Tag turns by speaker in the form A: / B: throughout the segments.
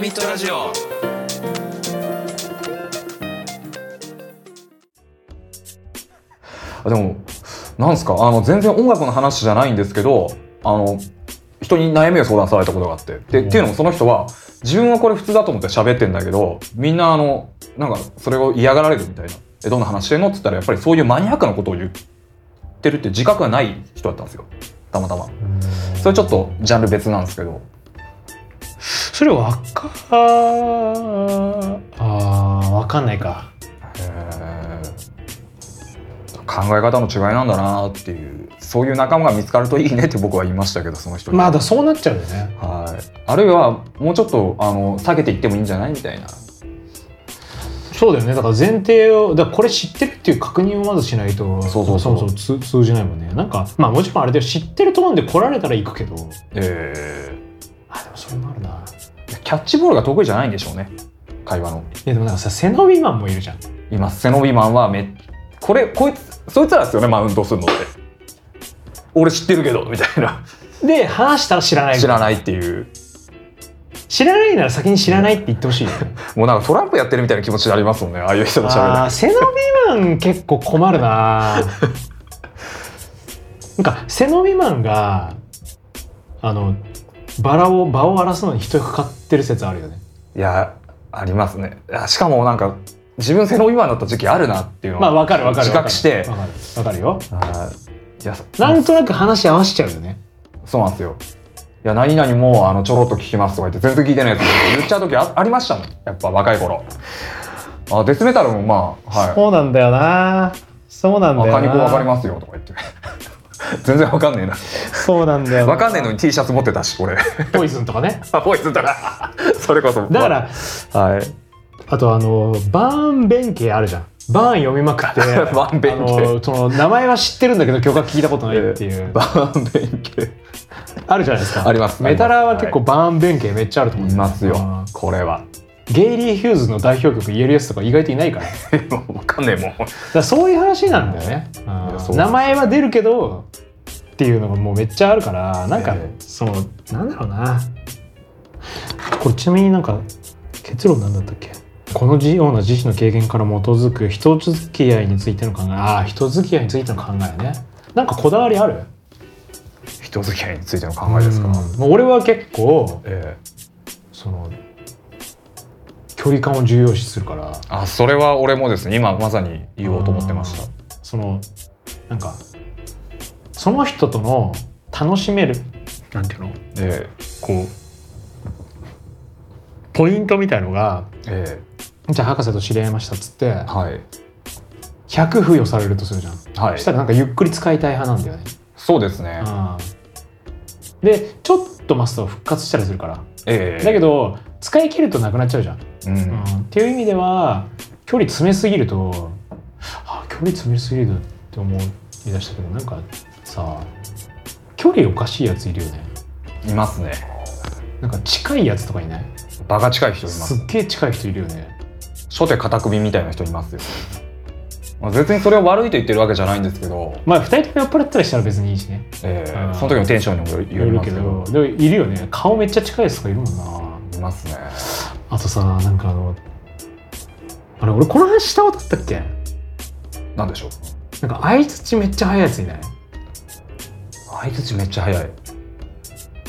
A: ミットラジオ
B: あでもなんすかあの全然音楽の話じゃないんですけどあの人に悩みを相談されたことがあってでっていうのもその人は自分はこれ普通だと思って喋ってんだけどみんなあのなんかそれを嫌がられるみたいな「えどんな話してんの?」っつったらやっぱりそういうマニアックなことを言ってるって自覚がない人だったんですよたまたまそれちょっとジャンル別なんですけど
C: それわかあーわかんないか
B: へー考え方の違いなんだなっていうそういう仲間が見つかるといいねって僕は言いましたけどその人に
C: まあだそうなっちゃうよね
B: はい、あるいはもうちょっとあの下げていってもいいんじゃないみたいな
C: そうだよねだから前提をだからこれ知ってるっていう確認をまずしないと
B: そうそうそ
C: そうもそも通通じないもんねなんかまあもちろんあれで知ってると思うんで来られたら行くけど
B: え
C: あでもそれもあるな
B: ーキャッチボールが得意じゃないんでしょうね会話の
C: いやでもなんかさ背伸びマンもいるじゃん
B: 今セノビマンはめこれこいつそいつらですよねマウントするのって俺知ってるけどみたいな
C: で話したら知らない
B: 知らないっていう
C: 知らないなら先に知らないって言ってほしいよね
B: もうなんかトランプやってるみたいな気持ちになりますもんねああいう人のし
C: あ
B: ゃ
C: ー背伸びマン結構困 るななんか背伸びマンがあのバラを場を荒らすのに人がかかってる説あるよね
B: べいやありますねいやしかもなんか自分セノビマンだった時期あるなっていうの
C: まあわかるわかる
B: 自覚して
C: わかるわかるよ
B: あーいやそ
C: なんとなく話合わせちゃうよね
B: そうなんですよ。いや、何々もあのちょろっと聞きますとか言って全然聞いてないやつ言っちゃう時あありましたもん。やっぱ若い頃。あ、デスメタルもまあ、は。
C: うなんだよなそうない
B: 赤肉わかりますよとか言って。 全然わかんねえな。
C: そうなんだよ
B: わかんねえのに T シャツ持ってたし、俺。
C: ポイズンとかね
B: あ、ポイズンだな。それこそ。
C: だから
B: はい。
C: あとあのバーン弁慶あるじゃんバーン読みまくって
B: バーン弁慶
C: あのその名前は知ってるんだけど曲は聞いたことないっていう、
B: バーン弁慶。
C: あるじゃないですか
B: あります
C: メタラーは結構バーン弁慶めっちゃあると思うん
B: い
C: で
B: ます
C: あ
B: よ。これは。
C: ーゲイリー・ヒューズの代表曲「イエル・エス」とか意外といないからだか
B: もうわかんねえもん。
C: らそういう話なんだよねあ
B: いやそ
C: ー
B: う
C: 名前は出るけどっていうのがもうめっちゃあるからなんか、
B: ええ
C: そのなんだろうなこれちなみになんか結論なんだったっけこのような自身の経験から基づく人付き合いについての考えああ人付き合いについての考えねなんかこだわりある
B: 人付き合いについての考えですか。
C: うんもう俺は結構
B: ええ
C: その距離感を重要視するから
B: あ、それは俺もですね、今まさに言おうと思ってました。
C: そのなんかその人との楽しめるなんていうの
B: え
C: こうポイントみたいのが
B: ええ
C: じゃあ博士と知り合いましたっつって
B: えはい。
C: 100付与されるとするじゃん、
B: はい
C: そし。たらなんかゆっくり使いたい派なんだよね、
B: そうですね。
C: うんでちょっとマスと復活したりするから
B: ええ
C: だけど使い切るとなくなっちゃうじゃん
B: うん
C: っていう意味では距離詰めすぎるとあ距離詰めすぎるって思い出したけどなんかさ距離おかしいやついるよね
B: いますね。
C: なんか近いやつとかいない
B: 場が近い人いますす。
C: っげえ近い人いるよね
B: 初手片首みたいな人いますよ。まあ別にそれを悪いと言ってるわけじゃないんですけど、
C: まあ2人とも酔っ払ったりしたら別にいいしね
B: ええ
C: うん
B: その時のテンションにもよ
C: い
B: より
C: る
B: ます
C: け
B: け
C: ど
B: ど。
C: でもいるよね顔めっちゃ近いやつとかいるもんない
B: ますね。
C: あとさなんかあのあれ俺この話したことあったっけ
B: なんでしょう。
C: なんか相槌めっちゃ速いやついない
B: 相槌めっちゃ早い。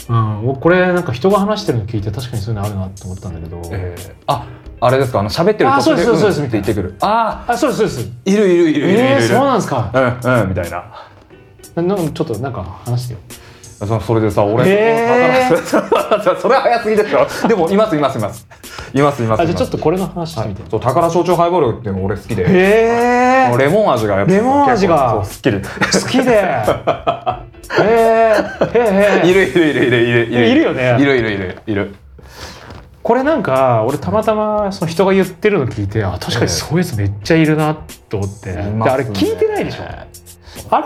C: うん、俺これなんか人が話してるの聞いて確かにそういうのあるなって思ったんだけど、
B: ええあ、あれですか。あの喋ってる
C: あそ
B: 途中
C: うで
B: です
C: そうです
B: んって言ってくる。あ
C: あそうですそうです
B: あ、いるいるいるいるいるい
C: え
B: る。
C: ー、そうなんですか。
B: うんうんみたいな。
C: ななんかちょっとなんか話してよ。
B: そそれでさ、俺、
C: え ー
B: それは早すぎでしょ。でもいますいますいます。いますいます。
C: あ
B: い
C: じゃあ
B: ます
C: ちょっとこれの話して
B: は
C: み
B: い
C: て。、
B: そう宝焼酎ハイボールっていうの俺好きで、
C: え
B: レモン味がやっぱ
C: レモン味が
B: 結構そう好
C: 好 きで。えー、え
B: きで い
C: る。
B: るいるいるいるいるい
C: いるよね
B: いるいるいるいる
C: これなんか俺たまたまその人が言ってるの聞いて、あ確かにそういうやつめっちゃいるなと思って。
B: い
C: で
B: ますね
C: あれ聞いてないでしょ。あれ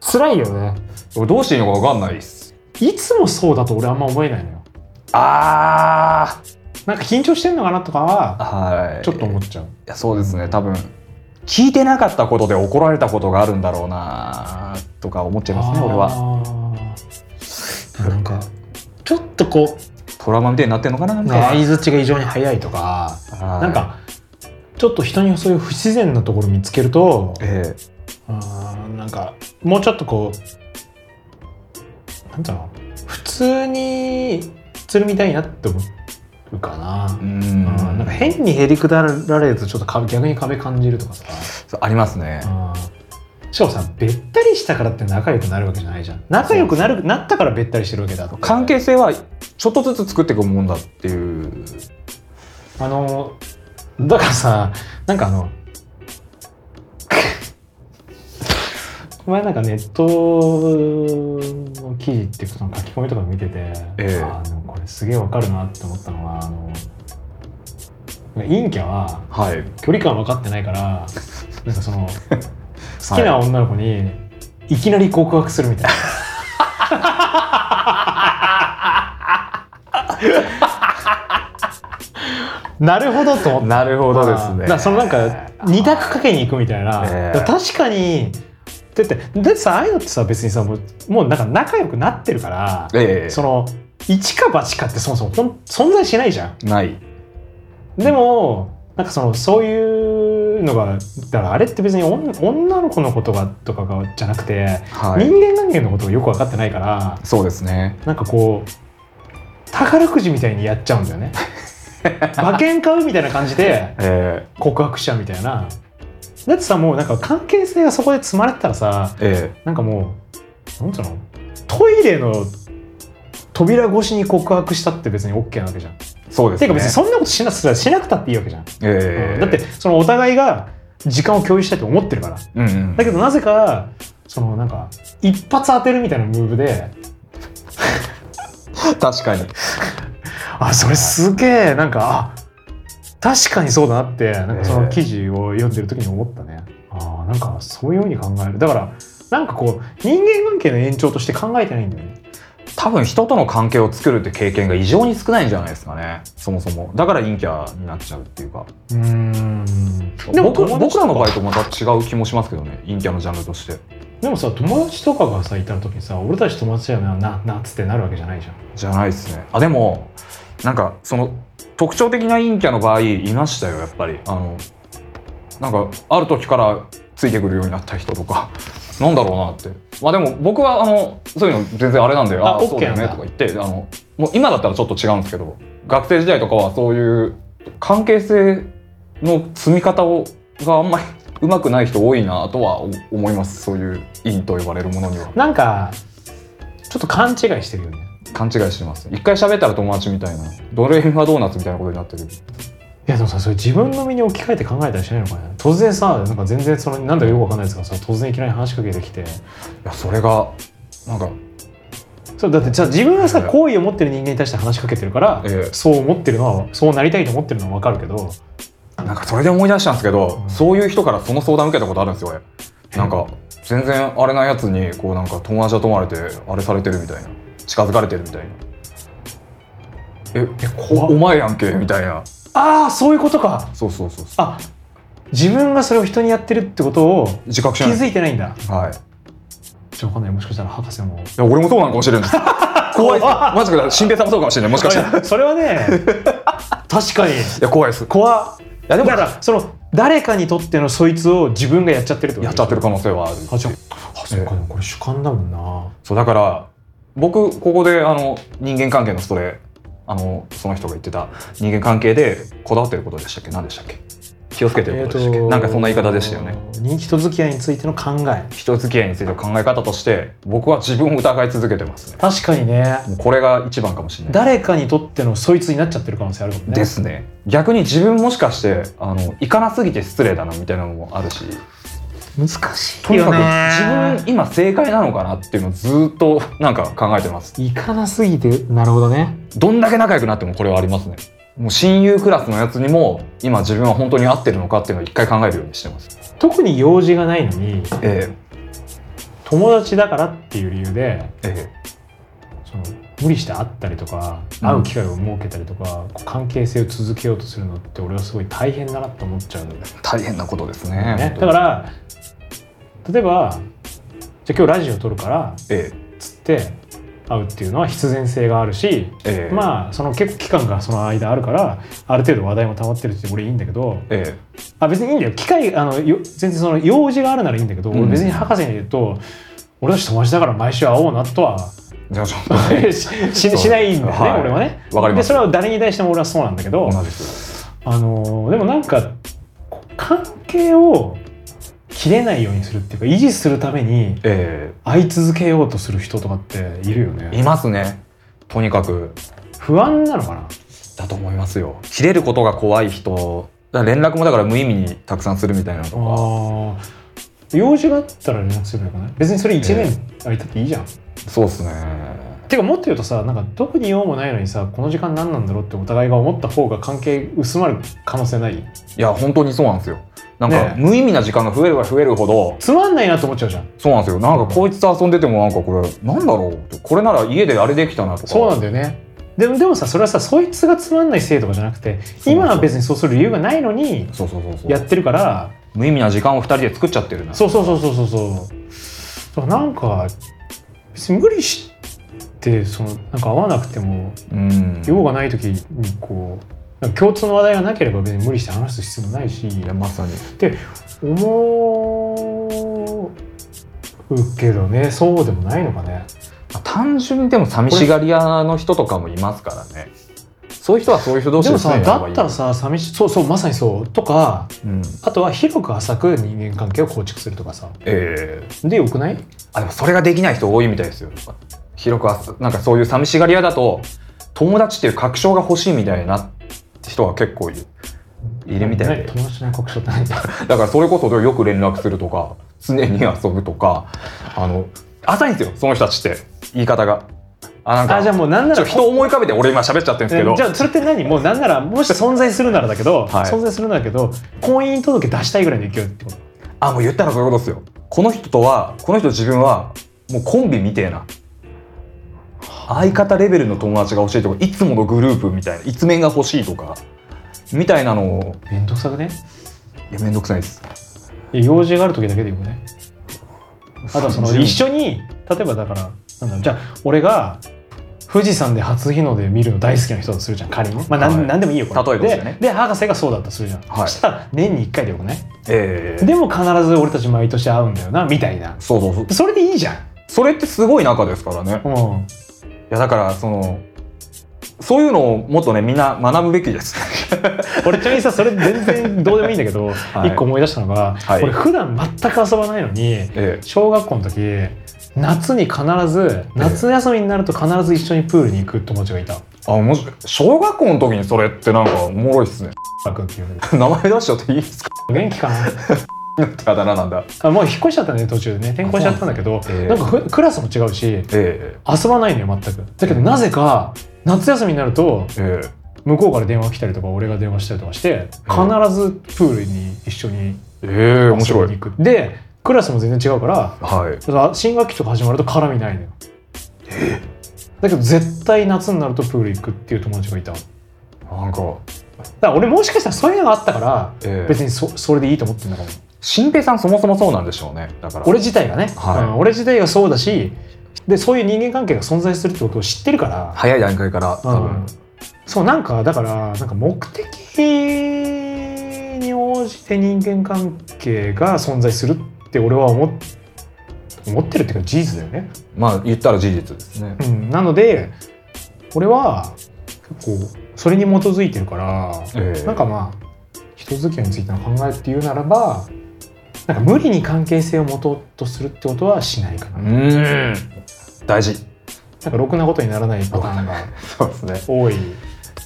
C: 辛いよね。
B: 俺どうしていいのかわかんないっす
C: いつもそうだと俺あんま思えないのよ。
B: あ
C: なんか緊張してんのかなとか
B: あ
C: は
B: はい
C: ちょっと思っちゃう。
B: いやそうですね多分聞いてなかったことで怒られたことがあるんだろうなとか思っちゃいますね俺は
C: は。なんかちょっとこう。
B: トトラウマみたいになってんのかなみたいな、
C: 相づちが異常に早いとか
B: はい
C: なんかちょっと人にそういう不自然なところ見つけると
B: え
C: うーんなんかもうちょっとこうなんていうの普通に釣るみたいなって思うかな
B: え、うん
C: うんなんか変にへりくだられるとちょっとか逆に壁感じるとかさ、
B: そうありますね
C: うんしかもさべったりしたからって仲良くなるわけじゃないじゃん仲良くなるなったからべったりしてるわけだと
B: 関係性はちょっとずつ作っていくもんだっていう
C: あのだからさなんかあの 前なんかネットの記事っていうかその書き込みとか見てて、
B: ええ
C: あのこれすげえわかるなって思ったのはあの陰キャは
B: はい
C: 距離感分かってないからなんかその好きな女の子にいきなり告白するみたいな。なるほどと思って
B: なるほどで
C: あ
B: す
C: ーだ
B: ね
C: からそのなんか二択かけに行くみたいな、
B: ええ
C: だから確かにだってだってさああいうのってさ別にさもうもうなんか仲良くなってるから、
B: ええ
C: その一か八かってそもそもほん存在しないじゃん。
B: ない
C: でもなんかそのそういうのがだからあれって別に女女の子のことがとかがじゃなくて、
B: はい
C: 人間関係のことがよく分かってないから
B: そうですね
C: なんかこう宝くじみたいにやっちゃうんだよ ね。馬券買うみたいな感じで
B: え
C: 告白しちゃうみたいな。だってさもうなんか関係性がそこで積まれてたらさ
B: ええ
C: なんかもうなんつうのトイレの扉越しに告白したって別に OK なわけじゃん。
B: えそうで
C: てい
B: す
C: うか別に
B: ね
C: そんなことしなしなくたっていいわけじゃん。
B: ええ
C: だってそのお互いが時間を共有したいと思ってるから
B: うんうん
C: だけどなぜかそのなんか一発当てるみたいなムーブで
B: 確かに
C: あそれすげえなんかあ確かにそうだなってなんかその記事を読んでる時に思ったね、あーなんかそういうふうに考えるだからなんかこう人間関係の延長として考えてないんだよね
B: 多分人との関係を作るって経験が異常に少ないんじゃないですかねそもそもだから陰キャになっちゃうっていうか
C: うーんでも
B: 僕
C: 友達
B: 僕
C: と
B: ら
C: か
B: の場合とまた違う気もしますけどね陰キャのジャンルとして
C: でもさ友達とかがさいた時にさ俺たち友達だよなななっつってなるわけじゃないじゃん
B: じゃないですねあでもなんかその特徴的な陰キャの場合いましたよやっぱりあのなんかある時からついてくるようになった人とかなんだろうなってまあでも僕はあのそういうの全然あれなんで
C: あ
B: ああそうだよね
C: OK
B: とか言ってあのもう今だったらちょっと違うんですけど学生時代とかはそういう関係性の積み方をがあんまりうまくない人多いなとは思いますそういう陰と呼ばれるものには。
C: なんかちょっと勘違いしてるよね
B: 勘違いしてます一回喋ったら友達みたいなドレミファドーナツみたいなことになってる
C: いやでもさそれ自分の身に置き換えて考えたりしないのかね突然さなんか全然そのなんだかよくわかんないですがさ突然いきなり話しかけてきて
B: いやそれがなんか
C: それだってじゃあ自分がさ
B: いや
C: 好意を持ってる人間に対して話しかけてるから、
B: ええ
C: そう思ってるのはそうなりたいと思ってるのはわかるけど
B: なんかそれで思い出したんですけど、
C: うん
B: そういう人からその相談受けたことあるんですよ俺なんか全然あれなやつにこうなんか友達と思われてあれされてるみたいな近づかれてるみたいなえ
C: 怖っ
B: おお前やんけみたいな
C: ああそういうことか
B: そうそうそうそう
C: あ自分がそれを人にやってるってことを
B: 自覚し
C: 気
B: ない
C: づいてないんだ
B: はいい
C: ちょわかんないもしかしたら博士も
B: や俺もそうなのかもしれ ないです怖いっすマジか新平さんもそうかもしれないもしかしたらい
C: あそれ はね確かに
B: や怖いです
C: 怖っ
B: やでも
C: だからその誰かにとってのそいつを自分がやっちゃってるってこと
B: やっちゃってる可能性はある
C: あじゃああそっかでもこれ主観だもんな
B: そうだから僕ここであの人間関係のそれあのその人が言ってた人間関係でこだわってることでしたっけ何でしたっけ気をつけてることでしたっけ、なんかそんな言い方でしたよね
C: 人人付き合いについての考え
B: 人付き合いについての考え方として僕は自分を疑い続けてますね
C: 確かにね
B: もうこれが一番かもしれない
C: 誰かにとってのそいつになっちゃってる可能性あるもんね
B: ですね逆に自分もしかしてあのいかなすぎて失礼だなみたいなのもあるし
C: 難し
B: と
C: い
B: に
C: よ
B: かく
C: ね
B: 自分今正解なのかなっていうのをずっとなんか考えてます
C: いかなすぎてなるほどね
B: どんだけ仲良くなってもこれはありますねもう親友クラスのやつにも今自分は本当に合ってるのかっていうのを一回考えるようにしてます
C: 特に用事がないのに
B: え
C: 友達だからっていう理由で
B: ええ
C: その無理して会ったりとか
B: うん
C: 会う機会を設けたりとか、こう関係性を続けようとするのって俺はすごい大変だなって思っちゃうんだよ
B: え大変なことですね
C: ね、だから例えばじゃあ今日ラジオ撮るから
B: え
C: つって会うっていうのは必然性があるし、
B: ええあ
C: まあその結構期間がその間あるからある程度話題も溜まってるって俺いいんだけど
B: え
C: あ別にいいんだよ機会あのよ全然その用事があるならいいんだけど、
B: う
C: 俺
B: ん
C: 別に博士に言うと俺たち友達だから毎週会おうなとは
B: えじゃあちょっと
C: し
B: そう
C: しないんだよね、
B: はい
C: 俺はね。
B: わかります
C: でそれは誰に対しても俺はそうなんだけど
B: 同じです
C: あのーでもなんかこう関係を切れないようにするっていうか維持するために
B: え
C: 会い続けようとする人とかっているよ
B: えい
C: ね。
B: ますねとにかく
C: 不安なのかな
B: だと思いますよ切れることが怖い人だから連絡もだから無意味にたくさんするみたいなのとか
C: あー用事があったら連絡するのかな別にそれ1
B: え
C: 年空いたっていいじゃん。
B: そうですね
C: てかもっと言うとさなんか特に用もないのにさこの時間何なんだろうってお互いが思った方が関係薄まる可能性ない
B: いや本当にそうなんですよなん
C: ね
B: か
C: え
B: 無意味な時間が増えれば増えるほど
C: つまんないなと思っちゃうじゃん。
B: そうなんですよなんかこいつと遊んでてもなんかこれなんだろうってこれなら家であれできたなとか
C: そうなんだよねでもでもさそれはさそいつがつまんないせいとかじゃなくて
B: そう
C: 今は別にそうする理由がないのに
B: そうそうそうそう
C: やってるから
B: 無意味な時間を2人で作っちゃってるな
C: そうそうそうそうそうそうだからなんか別に無理してそのなんか合わなくても
B: うん
C: 用がない時にこうなんか共通の話題がなければ別に無理して話す必要もないし
B: いやまさに
C: 思うけどねそうでもないのかね
B: 単純にでも寂しがり屋の人とかもいますからねそういう人はそういう人同士
C: でも
B: ですね
C: さ
B: やば
C: だ
B: い
C: ったらさ寂しいそうそうまさにそうとか
B: うん
C: あとは広く浅く人間関係を構築するとかさ
B: ええ
C: でよくない
B: あでもそれができない人多いみたいですよ広くはなんかそういう寂しがり屋だと友達っていう確証が欲しいみたいな人が結構いるいるみたいで
C: ね友達の告証ってないんだ
B: だからそれこそよく連絡するとか常に遊ぶとかあの浅いんですよその人たちって言い方があなん
C: あ
B: か
C: じゃあもうなんな
B: ちょ
C: ら
B: っと人を思い浮かべて俺今喋っちゃってるんですけ
C: え
B: ど
C: じゃあそれって何もうなんならもし存在するならだけど、
B: はい
C: 存在するならだけど婚姻届出したいぐらいの勢いってこと
B: あもう言ったらそういうことですよこの人とはこの人自分はもうコンビみてえな相方レベルの友達が欲しいとかいつものグループみたいな一面が欲しいとかみたいなのを
C: 面倒くさくね
B: いやめんどくさいです
C: いや用事がある時だけでよくねあとはその
B: 自由
C: 一緒に例えばだからなんだろうじゃあ俺が富士山で初日の出見るの大好きな人だとするじゃん仮にねまあ、なん
B: はい
C: なんでもいいよこれ
B: 例えばですよね
C: でで博士がそうだとするじゃん、
B: はい
C: そしたら年に1回でよくない
B: ええ
C: でも必ず俺たち毎年会うんだよなみたいな
B: そうそうそう
C: それでいいじゃん
B: それってすごい仲ですからね
C: うん
B: いやだからそのそういうのをもっとねみんな学ぶべきです
C: 俺ちなみにさそれ全然どうでもいいんだけど、
B: はい
C: 一個思い出したのが、
B: はい
C: 俺普段全く遊ばないのに
B: え
C: 小学校の時夏に必ず夏休みになると必ず一緒にプールに行く友達がいた。
B: えあもし小学校の時にそれってなんかおもろいっすね
C: 楽っていう
B: 名前出しちゃっていいっすか
C: 元気かな
B: ってあだ名なんだ
C: あもう引っ越しちゃったね途中でね転校しちゃったんだけど、
B: そうなんだ
C: なんかふクラスも違うし遊
B: え
C: ばないのよ全くだけどなぜか夏休みになると
B: えええ
C: 向こうから電話来たりとか俺が電話したりとかして
B: うん
C: 必ずプールに一緒に
B: ええ面白
C: 遊び
B: い
C: に行くでクラスも全然違うから
B: はい
C: だから新学期とか始まると絡みないのよだけど絶対夏になるとプール行くっていう友達がいただか
B: なんか、
C: ら俺もしかしたらそういうのがあったから
B: え
C: 別にそそれでいいと思ってんだから
B: 新平さんそもそもそうなんでしょうねだから
C: 俺自体がね、
B: はい
C: うん俺自体がそうだしでそういう人間関係が存在するってことを知ってるから、
B: 早い段階から多
C: う
B: 分
C: ん、そうなんかだからなんか目的に応じて人間関係が存在するって俺は思っ思ってるっていうか事実だよね、
B: まあ言ったら事実ですね
C: うん、なので俺は結構それに基づいてるから、
B: ええ
C: なんかまあ人付き合いについての考えっていうならばなんか無理に関係性を持とうとするってことはしないかな
B: う。ーん大事
C: なんかろくなことにならないパターンが
B: そうですね
C: 多い。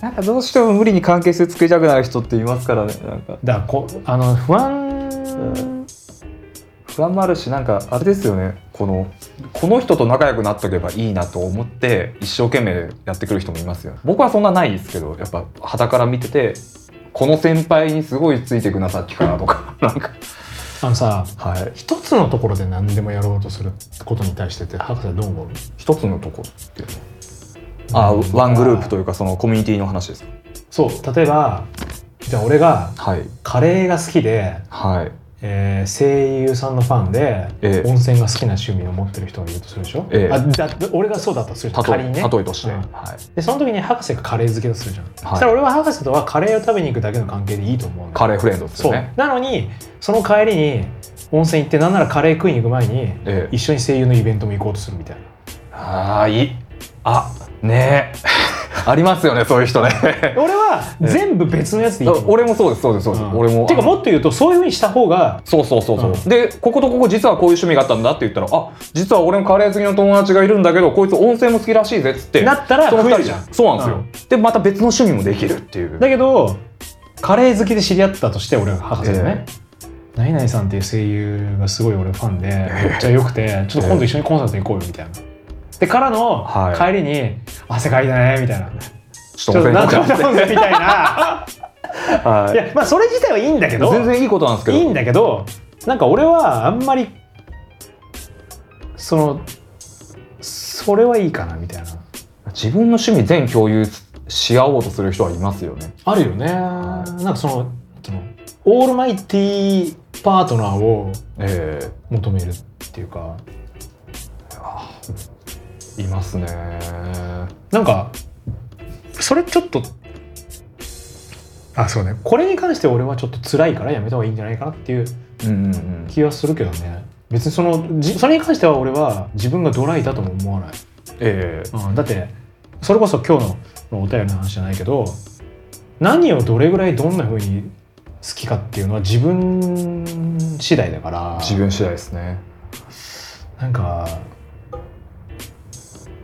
B: なんかどうしても無理に関係性作りたくなる人っていますからねなんか
C: だからこあの不安
B: 不安もあるしなんかあれですよねこのこの人と仲良くなっとけばいいなと思って一生懸命やってくる人もいますよ僕はそんなないですけどやっぱ傍から見ててこの先輩にすごいついてくなさっきからとか なんか
C: あのさ
B: はい
C: 一つのところで何でもやろうとすることに対してって博士はどう思う
B: 一つのとこっていうのあワングループというかそのコミュニティの話です
C: そう例えばじゃあ俺が
B: はい
C: カレーが好きで、
B: はい
C: ええー声優さんのファンで、
B: ええ
C: 温泉が好きな趣味を持ってる人がいるとするでしょ、
B: ええ
C: あだ俺がそうだったとするじゃん
B: 例
C: 仮に
B: え
C: ね
B: 例えとして、
C: うん
B: はい、
C: でその時に博士がカレー好きだとするじゃん、
B: い
C: そしたら俺は博士とはカレーを食べに行くだけの関係でいいと思うんだよ
B: カレーフレンドです
C: そ
B: よ
C: う
B: ね。
C: なのにその帰りに温泉行ってなんならカレー食いに行く前に
B: ええ
C: 一緒に声優のイベントも行こうとするみたいな
B: ああいいあねえ ありますよねそういう 人ね。
C: 俺は
B: ええ
C: 全部別のやつでいいと思う
B: 俺もそうですそうですそうです。
C: うん
B: 俺も
C: てかもっと言うとそういうふうにした方が
B: そうそうそうそう、
C: うん
B: でこことここ実はこういう趣味があったんだって言ったらあ実は俺もカレー好きの友達がいるんだけどこいつ温泉も好きらしいぜっつって
C: なったら
B: その
C: 増
B: 二人
C: える
B: じ
C: じ
B: ゃ
C: ゃ
B: ん
C: ん
B: そうなんですよ、でまた別の趣味もできるっていう
C: だけどカレー好きで知り合ったとして俺が博士でね、ナイナイさんっていう声優がすごい俺ファンでめっちゃ良くてちょっと今度一緒にコンサート行こうよみたいな。でからの
B: はい
C: 帰りに「汗かいたね」みたいな「
B: ち
C: ち
B: ょ
C: ょ
B: っと
C: っと
B: 温泉行
C: な
B: っち
C: んか
B: ゃ
C: 飲んで」みた いな
B: うはい
C: やまあそれ自体はいいんだけど
B: 全然いいことなんですけど
C: いいんだけどなんか俺はあんまりそのそれはいいかなみたいな
B: 自分の趣味全共有し合おうとする人はいますよね
C: あるよねなんかそのそのオールマイティーパートナーを
B: ええ
C: 求めるっていうか
B: いますね
C: なんかそれちょっとあそうねこれに関して俺はちょっと辛いからやめた方がいいんじゃないかなっていう
B: うんうんうん
C: 気はするけどね別にそのじそれに関しては俺は自分がドライだとも思わない、
B: ええ
C: うん、だってそれこそ今日のこのお便りの話じゃないけど何をどれぐらいどんな風に好きかっていうのは自分次第だから
B: 自分次第ですね
C: なんか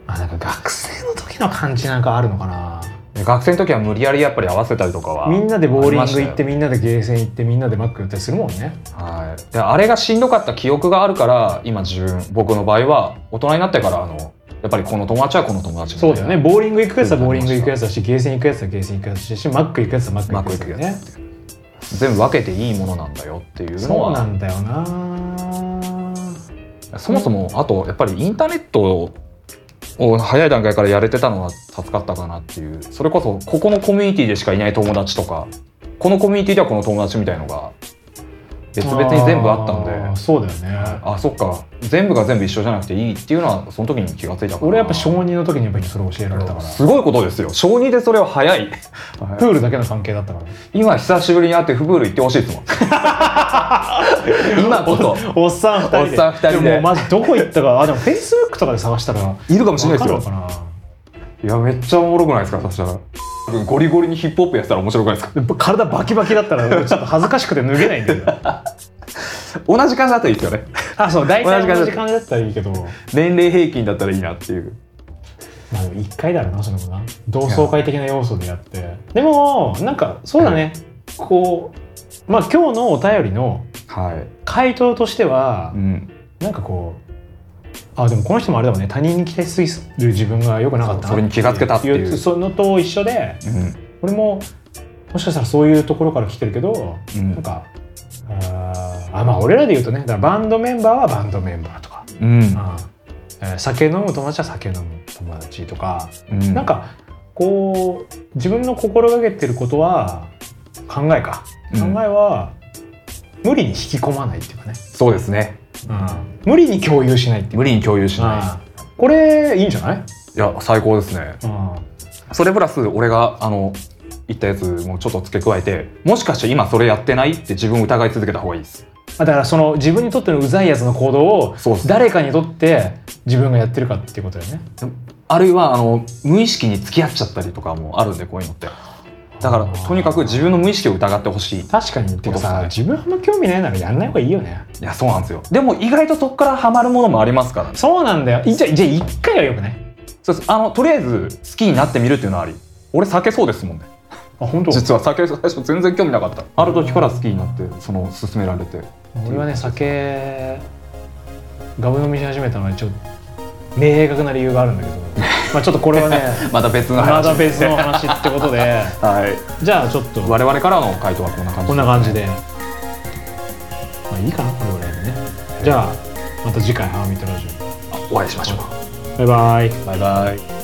C: あなんか学生の時の感じなんかあるのかな
B: 学生の時は無理やりやっぱり合わせたりとかは
C: みんなでボーリ
B: ありま
C: ン
B: した
C: グ
B: よ
C: 行ってみんなでゲーセン行ってみんなでマック寄ったりするもんね
B: はい、であれがしんどかった記憶があるから今自分僕の場合は大人になってからあのやっぱりこの友達はこの友達みたい
C: そう
B: な
C: だよねボーリング行くやつはボーリング行くやつだしゲーセン行くやつはゲーセン行くやつだしマック行くやつはマック行くやつだよ
B: マ
C: ね
B: 全部分けていいものなんだよっていうの
C: そう
B: は
C: なんだよな
B: そもそもあとやっぱりインターネットを早い段階からやれてたのは助かったかなっていうそれこそここのコミュニティでしかいない友達とかこのコミュニティではこの友達みたいのが別々に全部あったので
C: ーそうだよね
B: あそっか全部が全部一緒じゃなくていいっていうのはその時に気がついたから
C: 俺やっぱ小2の時にやっぱりそれ教えられたから
B: すごいことですよ小2でそれは早い
C: プールだけの関係だったから
B: 今久しぶりに会ってフブール行ってほしいですもん今こそ
C: おっさん2人
B: お
C: で
B: っさん二人で
C: ももうマジどこ行ったかあでもフェイスブックとかで探したらわ
B: いるかもしれない
C: か
B: です
C: るの
B: よ
C: かない
B: やめっちゃおもろくないですかそしたらゴリゴリにヒップホップやってたら面白くないですか
C: やっぱ体バキバキだったら俺ちょっと恥ずかしくて脱げないんだけど
B: 同じ感じだったらいいですよね
C: あそう大体
B: 同
C: 同
B: じ
C: じ感じだったらいいけど
B: 年齢平均だったらいいなっていう
C: まあでも一回だろうなそれもな同窓会的な要素でやってでもなんかそうだね、こうまあ今日のお便りの
B: はい
C: 回答としては
B: う、ん
C: なんかこうあでもこの人もあれだもんね他人に期待しすぎる自分が良くなかった
B: そ
C: な
B: うそれに気がつけたっていう
C: そのと一緒で
B: うん
C: 俺ももしかしたらそういうところから来てるけど、
B: うん
C: なんかあーあまあ俺らで言うとねだからバンドメンバーはバンドメンバーとか、
B: うん
C: あーえー酒飲む友達は酒飲む友達とか
B: うん
C: なんかこう自分の心がけてることは考えか
B: う
C: 考
B: ん
C: えは、無理に引き込まないっていうかね、
B: そうですね
C: 無理に共有しないっていう
B: 無理に共有しな
C: あーこれいいんじゃない、
B: いいや最高ですねそれプラス俺があの言ったやつもちょっと付け加えてもしかして今それやってないって自分を疑い続けた方がいいです
C: だからその自分にとってのうざいやつの行動を
B: そうです
C: 誰かにとって自分がやってるかっていうことだよね
B: あるいはあの無意識に付き合っちゃったりとかもあるんでこういうのってだからとにかく自分の無意識を疑ってほしいい
C: 確かにてかさ自分あんま興味ないならやんない方がいいよね
B: やそうなんですよでも意外とそこからハマるものもありますからね
C: そうなんだよいじゃあじゃあ一回はよくない
B: そうですあのとりあえず好きになってみるっていうのはあり俺酒そうですもんね
C: あ本当
B: 実は酒最初全然興味なかったある時から好きになってその勧められて
C: 俺はね酒ガブ飲みし始めたのはちょっと明確な理由があるんだけ どまあちょっとこれはね
B: また別の
C: ま
B: 話
C: だ別の話ってことで
B: はい
C: じゃあちょっと
B: 我々からの回答はこんな感じ
C: こんな感じでまあいいかなこれぐらいでねじゃあまた次回「ハーミットラジ
B: お会いしましょう
C: オ」バイバイ
B: バイバイ